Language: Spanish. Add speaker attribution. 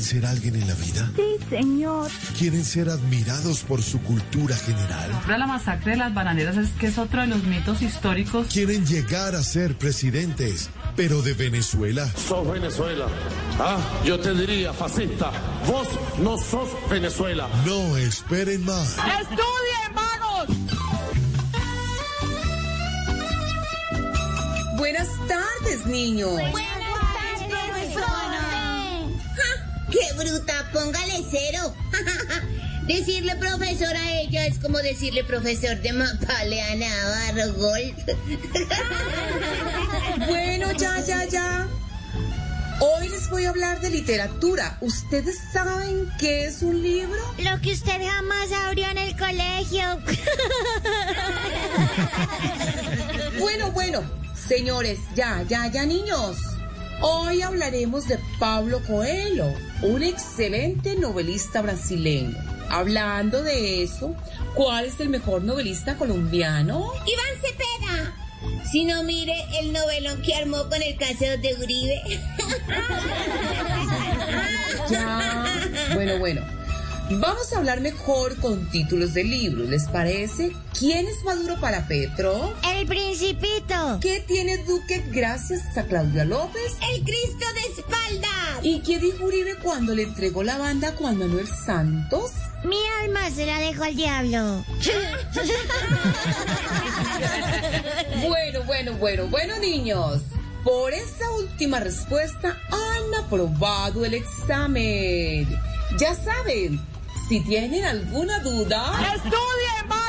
Speaker 1: ser alguien en la vida?
Speaker 2: Sí, señor.
Speaker 1: ¿Quieren ser admirados por su cultura general?
Speaker 3: La masacre de las bananeras es que es otro de los mitos históricos.
Speaker 1: ¿Quieren llegar a ser presidentes, pero de Venezuela?
Speaker 4: Sos Venezuela. Ah, yo te diría, fascista, vos no sos Venezuela.
Speaker 1: No esperen más.
Speaker 5: ¡Estudien, vagos!
Speaker 6: Buenas tardes, niños.
Speaker 7: Buenas tardes, profesora.
Speaker 8: ¡Ja! ¡Qué bruta! Póngale cero. Decirle profesor a ella es como decirle profesor de Mapale a Navarro Golf.
Speaker 6: bueno, ya, ya, ya. Hoy les voy a hablar de literatura. ¿Ustedes saben qué es un libro?
Speaker 7: Lo que usted jamás abrió en el colegio.
Speaker 6: bueno, bueno, señores, ya, ya, ya, niños. Hoy hablaremos de Pablo Coelho, un excelente novelista brasileño. Hablando de eso, ¿cuál es el mejor novelista colombiano?
Speaker 8: Iván Cepeda. Si no, mire el novelón que armó con el caseo de Uribe.
Speaker 6: Ya. Bueno, bueno. Vamos a hablar mejor con títulos de libros, ¿les parece? ¿Quién es Maduro para Petro?
Speaker 7: El Principito.
Speaker 6: ¿Qué tiene Duque gracias a Claudia López?
Speaker 8: El Cristo de espaldas.
Speaker 6: ¿Y qué dijo Uribe cuando le entregó la banda a Juan Manuel Santos?
Speaker 7: Mi alma se la dejo al diablo.
Speaker 6: Bueno, bueno, bueno, bueno, niños. Por esa última respuesta han aprobado el examen. Ya saben, si tienen alguna duda...
Speaker 5: ¡Estudien,